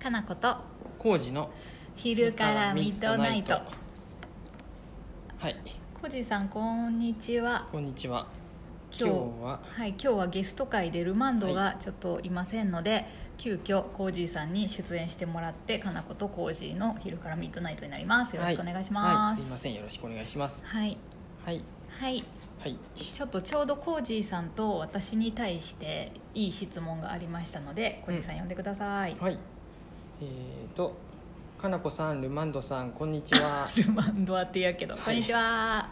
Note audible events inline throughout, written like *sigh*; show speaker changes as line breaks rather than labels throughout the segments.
かなこと
工事の
昼からミッドナイト
はい
コジさんこんにちは
こんにちは
今
今
日
日は
はい今日はゲスト会でルマンドがちょっといませんので、急遽コージーさんに出演してもらってかなことコージーの昼からミッドナイトになりますよろしくお願いしま
はい、すい
す
ませんよろしくお願いします
はい
はい
はい
はい
ちょっとちょうどコージーさんと私に対していい質問がありましたのでコージーさん呼んでください、
はいえーとかなこさんルマンドさんこんにち
*laughs*
は
ルマンドはってやけど、
はい
こんにちは。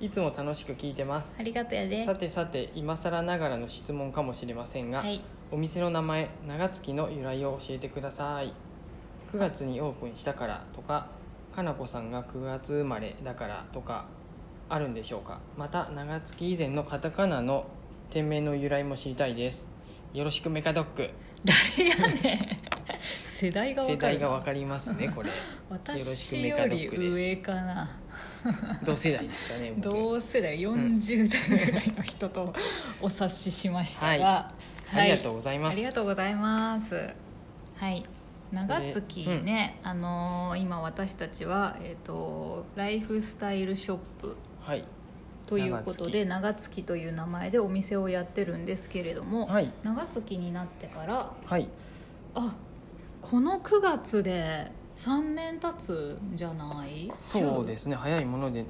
いつも楽しく聞いてます
ありがとうやで。
さてさて今更ながらの質問かもしれませんが、
はい。
お店の名前長月の由来を教えてください9月にオープンしたからとかかなこさんが9月生まれだからとかあるんでしょうかまた長月以前のカタカナの店名の由来も知りたいですよろしくメカドック
誰やねん。 *laughs* 世代が
世
わかる
代
な。
がわかりますねこれよろしく
私
メ
よ
カド
り
ックです
上かな。
同世代ですかね
*laughs*
僕
同世代40代ぐらいの人とお察ししましたが、
ありがとうございま
あ
す
りがとうございます。はい。長月ね、あのー今私たちはえっ、とライフスタイルショップ
はい
ということで長月という名前でお店をやってるんですけれども、
はい
長月になってから
はい
あこの9月で3年経つんじゃない
そう
違
ですね早いもので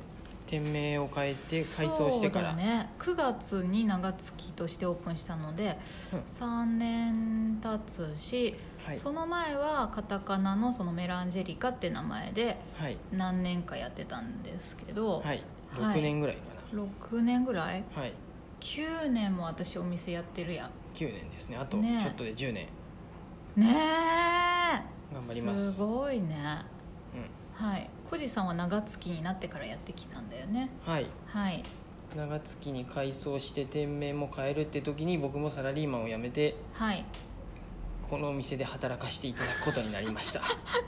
店名を変えて改装してから
そうだね9月に長月としてオープンしたので、
うん
3年経つし、
はい
その前はカタカナのそのメランジェリカって名前で
はい
何年かやってたんですけど、
はい
はい
6年ぐらいかな、
6年ぐらい
はい、
9年も私お店やってるやん
9年ですねあと
ねえ
ちょっとで10年、
ねえ
頑張ります
すごいねはい小路さんは長月になってからやってきたんだよね
うん、はい
はい
長月に改装して店名も変えるって時に僕もサラリーマンを辞めて
はい
このお店で働かせていただくことになりました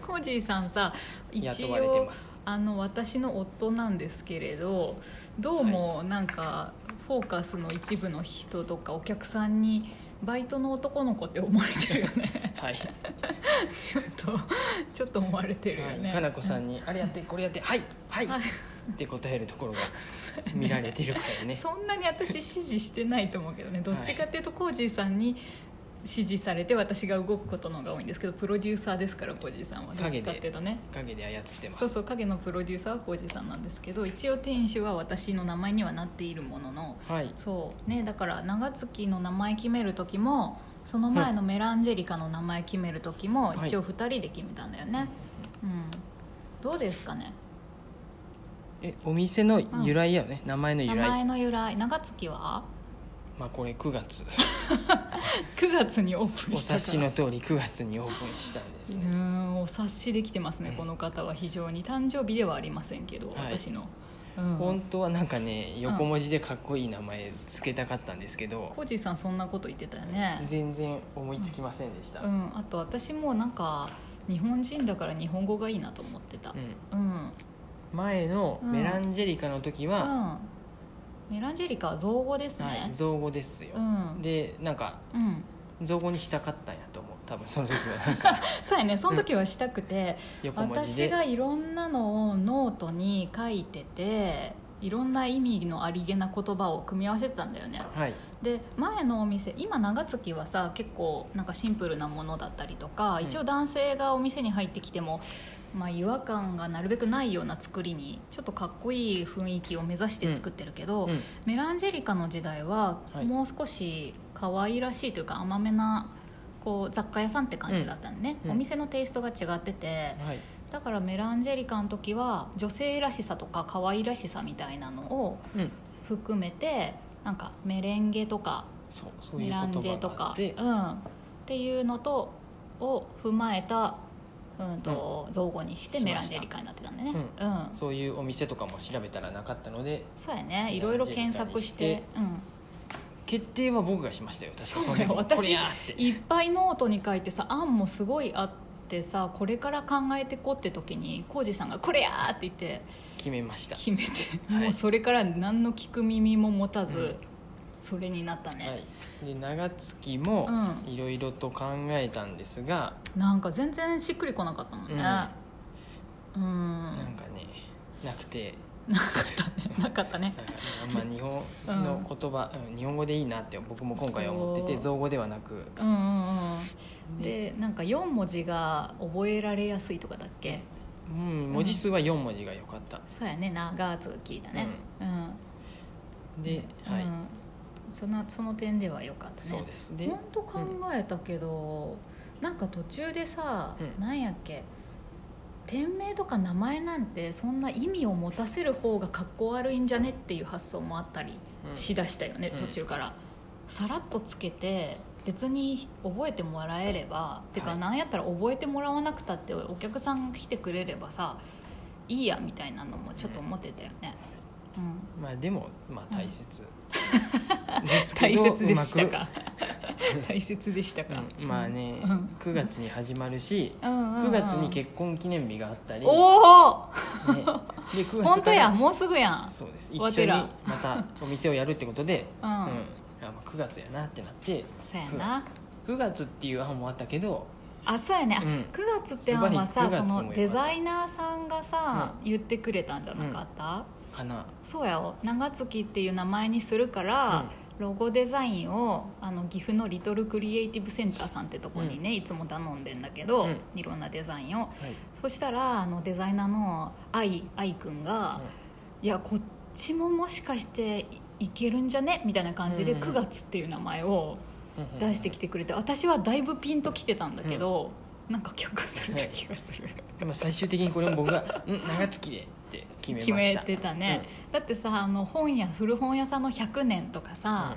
コージーさんさ *laughs* 一
雇われて
応
ます
あの私の夫なんですけれどどうもなんか、フォーカスの一部の人とかお客さんにバイトの男の子って思われてるよ
*laughs*
ね *laughs*
はい、
ちょっとちょっと思われてるよ
は
ね、
い、かなこさんに「あれやってこれやってはいはい」
はい
って答えるところが見られてるからね
そんなに私指示してないと思うけどねどっちかっていうとコージーさんに指示されて私が動くことの方が多いんですけどプロデューサーですからコージーさんはどっちかっていうとね
陰で操ってます
そうそう影のプロデューサーはコージーさんなんですけど一応店主は私の名前にはなっているものの
はい
そうねだから長月の名前決める時もその前のメランジェリカの名前決める時も
はい
一応2人で決めたんだよね、うんどうですかね
えお店の由来やよね、名前の由
名
来
前の由来長月 *laughs* は
まあこれ9月
*laughs* 9月にオープ
お
ンしたから
察しの通り9月にオープンしたんです
う
ね
ーんお察しできてますね、
うん
この方は非常に誕生日ではありませんけど、
はい
私の、うん、
本当はなんかね横文字でかっこいい名前つけたかったんですけど、
コージーさんそんなこと言ってたよね、
全然思いつきませんでした、
う
うん
ん、あと私もなんか日本人だから日本語がいいなと思ってたうん、うん
前のメランジェリカの時は、
メランジェリカは造語ですね、
はい、造語ですよ
う、ん
でなんか
うん、
造語にしたかったんやと思う多分その時
*laughs*
はなんか
そうやねその時はしたくて、
横文字
私
で
がいろんなのをノートに書いてていろんな意味のありげな言葉を組み合わせてたんだよね
はい
で前のお店今長月はさ結構なんかシンプルなものだったりとか、
うん
一応男性がお店に入ってきても、まあ、違和感がなるべくないような作りにちょっとかっこいい雰囲気を目指して作ってるけど、
うん
メランジェリカの時代は
はい
もう少し可愛らしいというか甘めなこう雑貨屋さんって感じだったんでね、
うん
お店のテイストが違ってて、
はい
だからメランジェリカの時は女性らしさとか可愛らしさみたいなのを
うん
含めてなんかメレンゲとか
そうそういう
メ
言
ランジェ
葉
と
があ
か
っ、
う
て
ん、っていうのとを踏まえた、うんと造語にして
しま
メ
した
ランジェリカになってたんでね、うん
そういうお店とかも調べたらなかったので
そうやねいろいろ検索して、うん、
決定は僕がしましたよ確か
そうだ
の時
よ
もこれ
私
やーって
いっぱいノートに書いてさ案もすごいあってさこれから考えてこって時に浩二さんが「これや!」って言って
決めました
決めて、
はい
もうそれから何の聞く耳も持たず、
うん
それになったね、
はい、で長月も
うん
いろいろと考えたんですが、
なんか全然しっくりこなかったもんねうん、
なんかねなくて
なかったねなかったね
なんかあんま日本の言葉、うん日本語でいいなって僕も今回は思って
そ
て
う
造語ではなく
うんうんうんでなんか4文字が覚えられやすいとかだっけ
うん、文字数は4文字が良かった、
そうやね長月だねうん、
で、はい
うんそのその点では良かったね
そうですで
本当考えたけど、なんか途中でさ、
うん
なんやっけ店名とか名前なんてそんな意味を持たせる方がかっこ悪いんじゃねっていう発想もあったり
うん
しだしたよね、
うん
途中から、さらっとつけて別に覚えてもらえれば、てか
はい
なんやったら覚えてもらわなくたってお客さんが来てくれればさいいやみたいなのもちょっと思ってたよね、うん、
まあでもまあ大
*laughs*
切ですけ
大
ど
切でした
うま
か *laughs*
*laughs*
大切でしたか、
くうんまあね、
うん
9月に始まるし、
9
9月に結婚記念日があったり、ね、
おお
で9月
本当や
から
もうすぐやん
そうです一
わ
緒
て
に
ら
またお店をやるってことで、
うん
うんあまあ9月やなってなって
そうや
9
な
月9月っていう案もあったけど
あそうやね、
うん
9月ってのはさ
ズバ
そ
リ9月も
のデザイナーさんがさ、言ってくれたんじゃなかった、
かな
そうやよ長月っていう名前にするから、ロゴデザインをあの岐阜のリトルクリエイティブセンターさんってとこにね、いつも頼んでんだけど、
うん
いろんなデザインを
はい、
そしたらあのデザイナーの愛愛くんが、いやこっちももしかしていいけるんじゃねみたいな感じで、
うんうん
9月っていう名前を
うんうん
出してきてくれて私はだいぶピンときてたんだけど、なんか却下された気が
*laughs*
する、
でも最終的にこれも僕が「うん長月で」って決めまし
決
た
めてたね、だってさあの本屋古本屋さんの100年とかさ、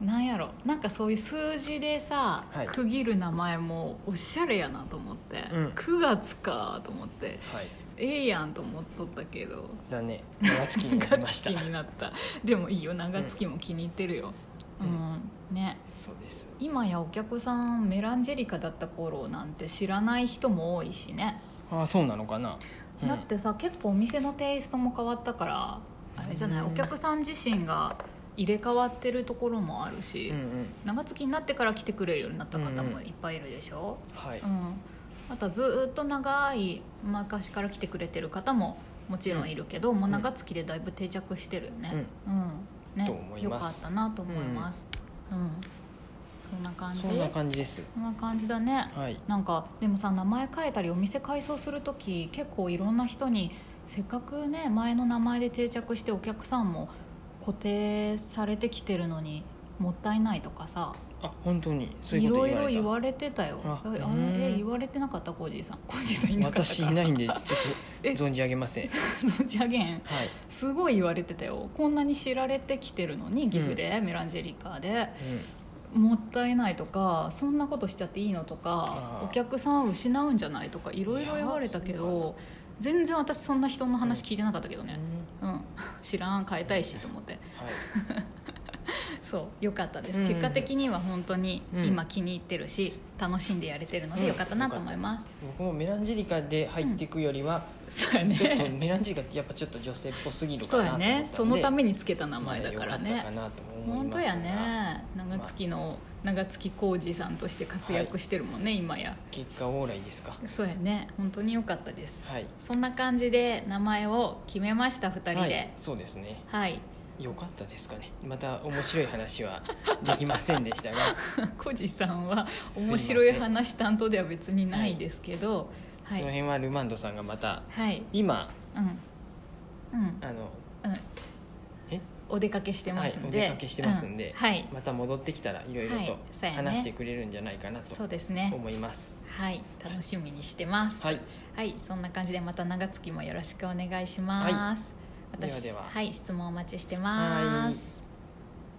なんやろなんかそういう数字でさ、
はい
区切る名前もおしゃれやなと思って、
うん
9月かと思って
うんはい
ええやんと思っとったけど
残念長月になりました
長月になったでもいいよ長月も気に入ってるよ、う
うんん
ね
そうです
今やお客さんメランジェリカだった頃なんて知らない人も多いしね、
ああそうなのかな、うん
だってさ結構お店のテイストも変わったからあれじゃない、
うん
お客さん自身が入れ替わってるところもあるし、
うんうん
長月になってから来てくれるようになった方もいっぱいいるでしょ、
はい、
うんあとはずーっと長い昔から来てくれてる方ももちろんいるけど、もう長月でだいぶ定着してるよねうん、ね
と思い
よ
ます
かったなと思いますうん、そんな感じ
そんな感じです
そんな感じだね
はい
なんかでもさ名前変えたりお店改装する時結構いろんな人にせっかくね前の名前で定着してお客さんも固定されてきてるのにもったいないとかさ
あ本当にそう
い
いうこと
ろい
言わ
ろ
れた
言われてたよ
あ
えあ
うん
え言われてなかったコージーさんコージーさんいなかったか
私いないんでちょっと
*laughs* え
存じ上げませんはい
存じ上げんすごい言われてたよこんなに知られてきてるのに岐阜で、メランジェリカでもったいないとかそんなことしちゃっていいのとか
あー
お客さんを失うんじゃないとかいろいろ言われたけ
いやそう
ど全然私そんな人の話聞いてなかったけどね、うん *laughs* 知らん変えたいしと思ってそうよかったです、
うん
結果的には本当に
うん
今気に入ってるし、楽しんでやれてるの
うん
でよかったなと思います、
僕もメランジェリカで入っていくよりは、
そうや
ちょっと
ね
メランジェリカってやっぱちょっと女性っぽすぎるか
そう
なと
や
思った
ね
んで
そのためにつけた名前だから
まあ
ね
良ったかなと思い
本当
ますが
やね長月の長月浩二さんとして活躍してるもんね、今や
結果オーライですか
そうやね本当に良かったです、
はい
そんな感じで名前を決めました2人では
はいい、、そうですね *laughs* 良かったですかねまた面白い話はできませんでしたが
コジさんは
すいません
面白い話担当では別にないですけどは
その
い
辺はルマンドさんがまた
はい
今
うんうん
あの
うん
え
お出かけしてますんで、
はいお出かけしてますんで
うはい
また戻ってきたらいろいろ
はいそう
と
やね
話してくれるんじゃないかな
そう
と
ですね
思います、
はい楽しみにしてます
はい、
はい、そんな感じでまた長月もよろしくお願いします、
はいではでは
はい質問お待ちしてます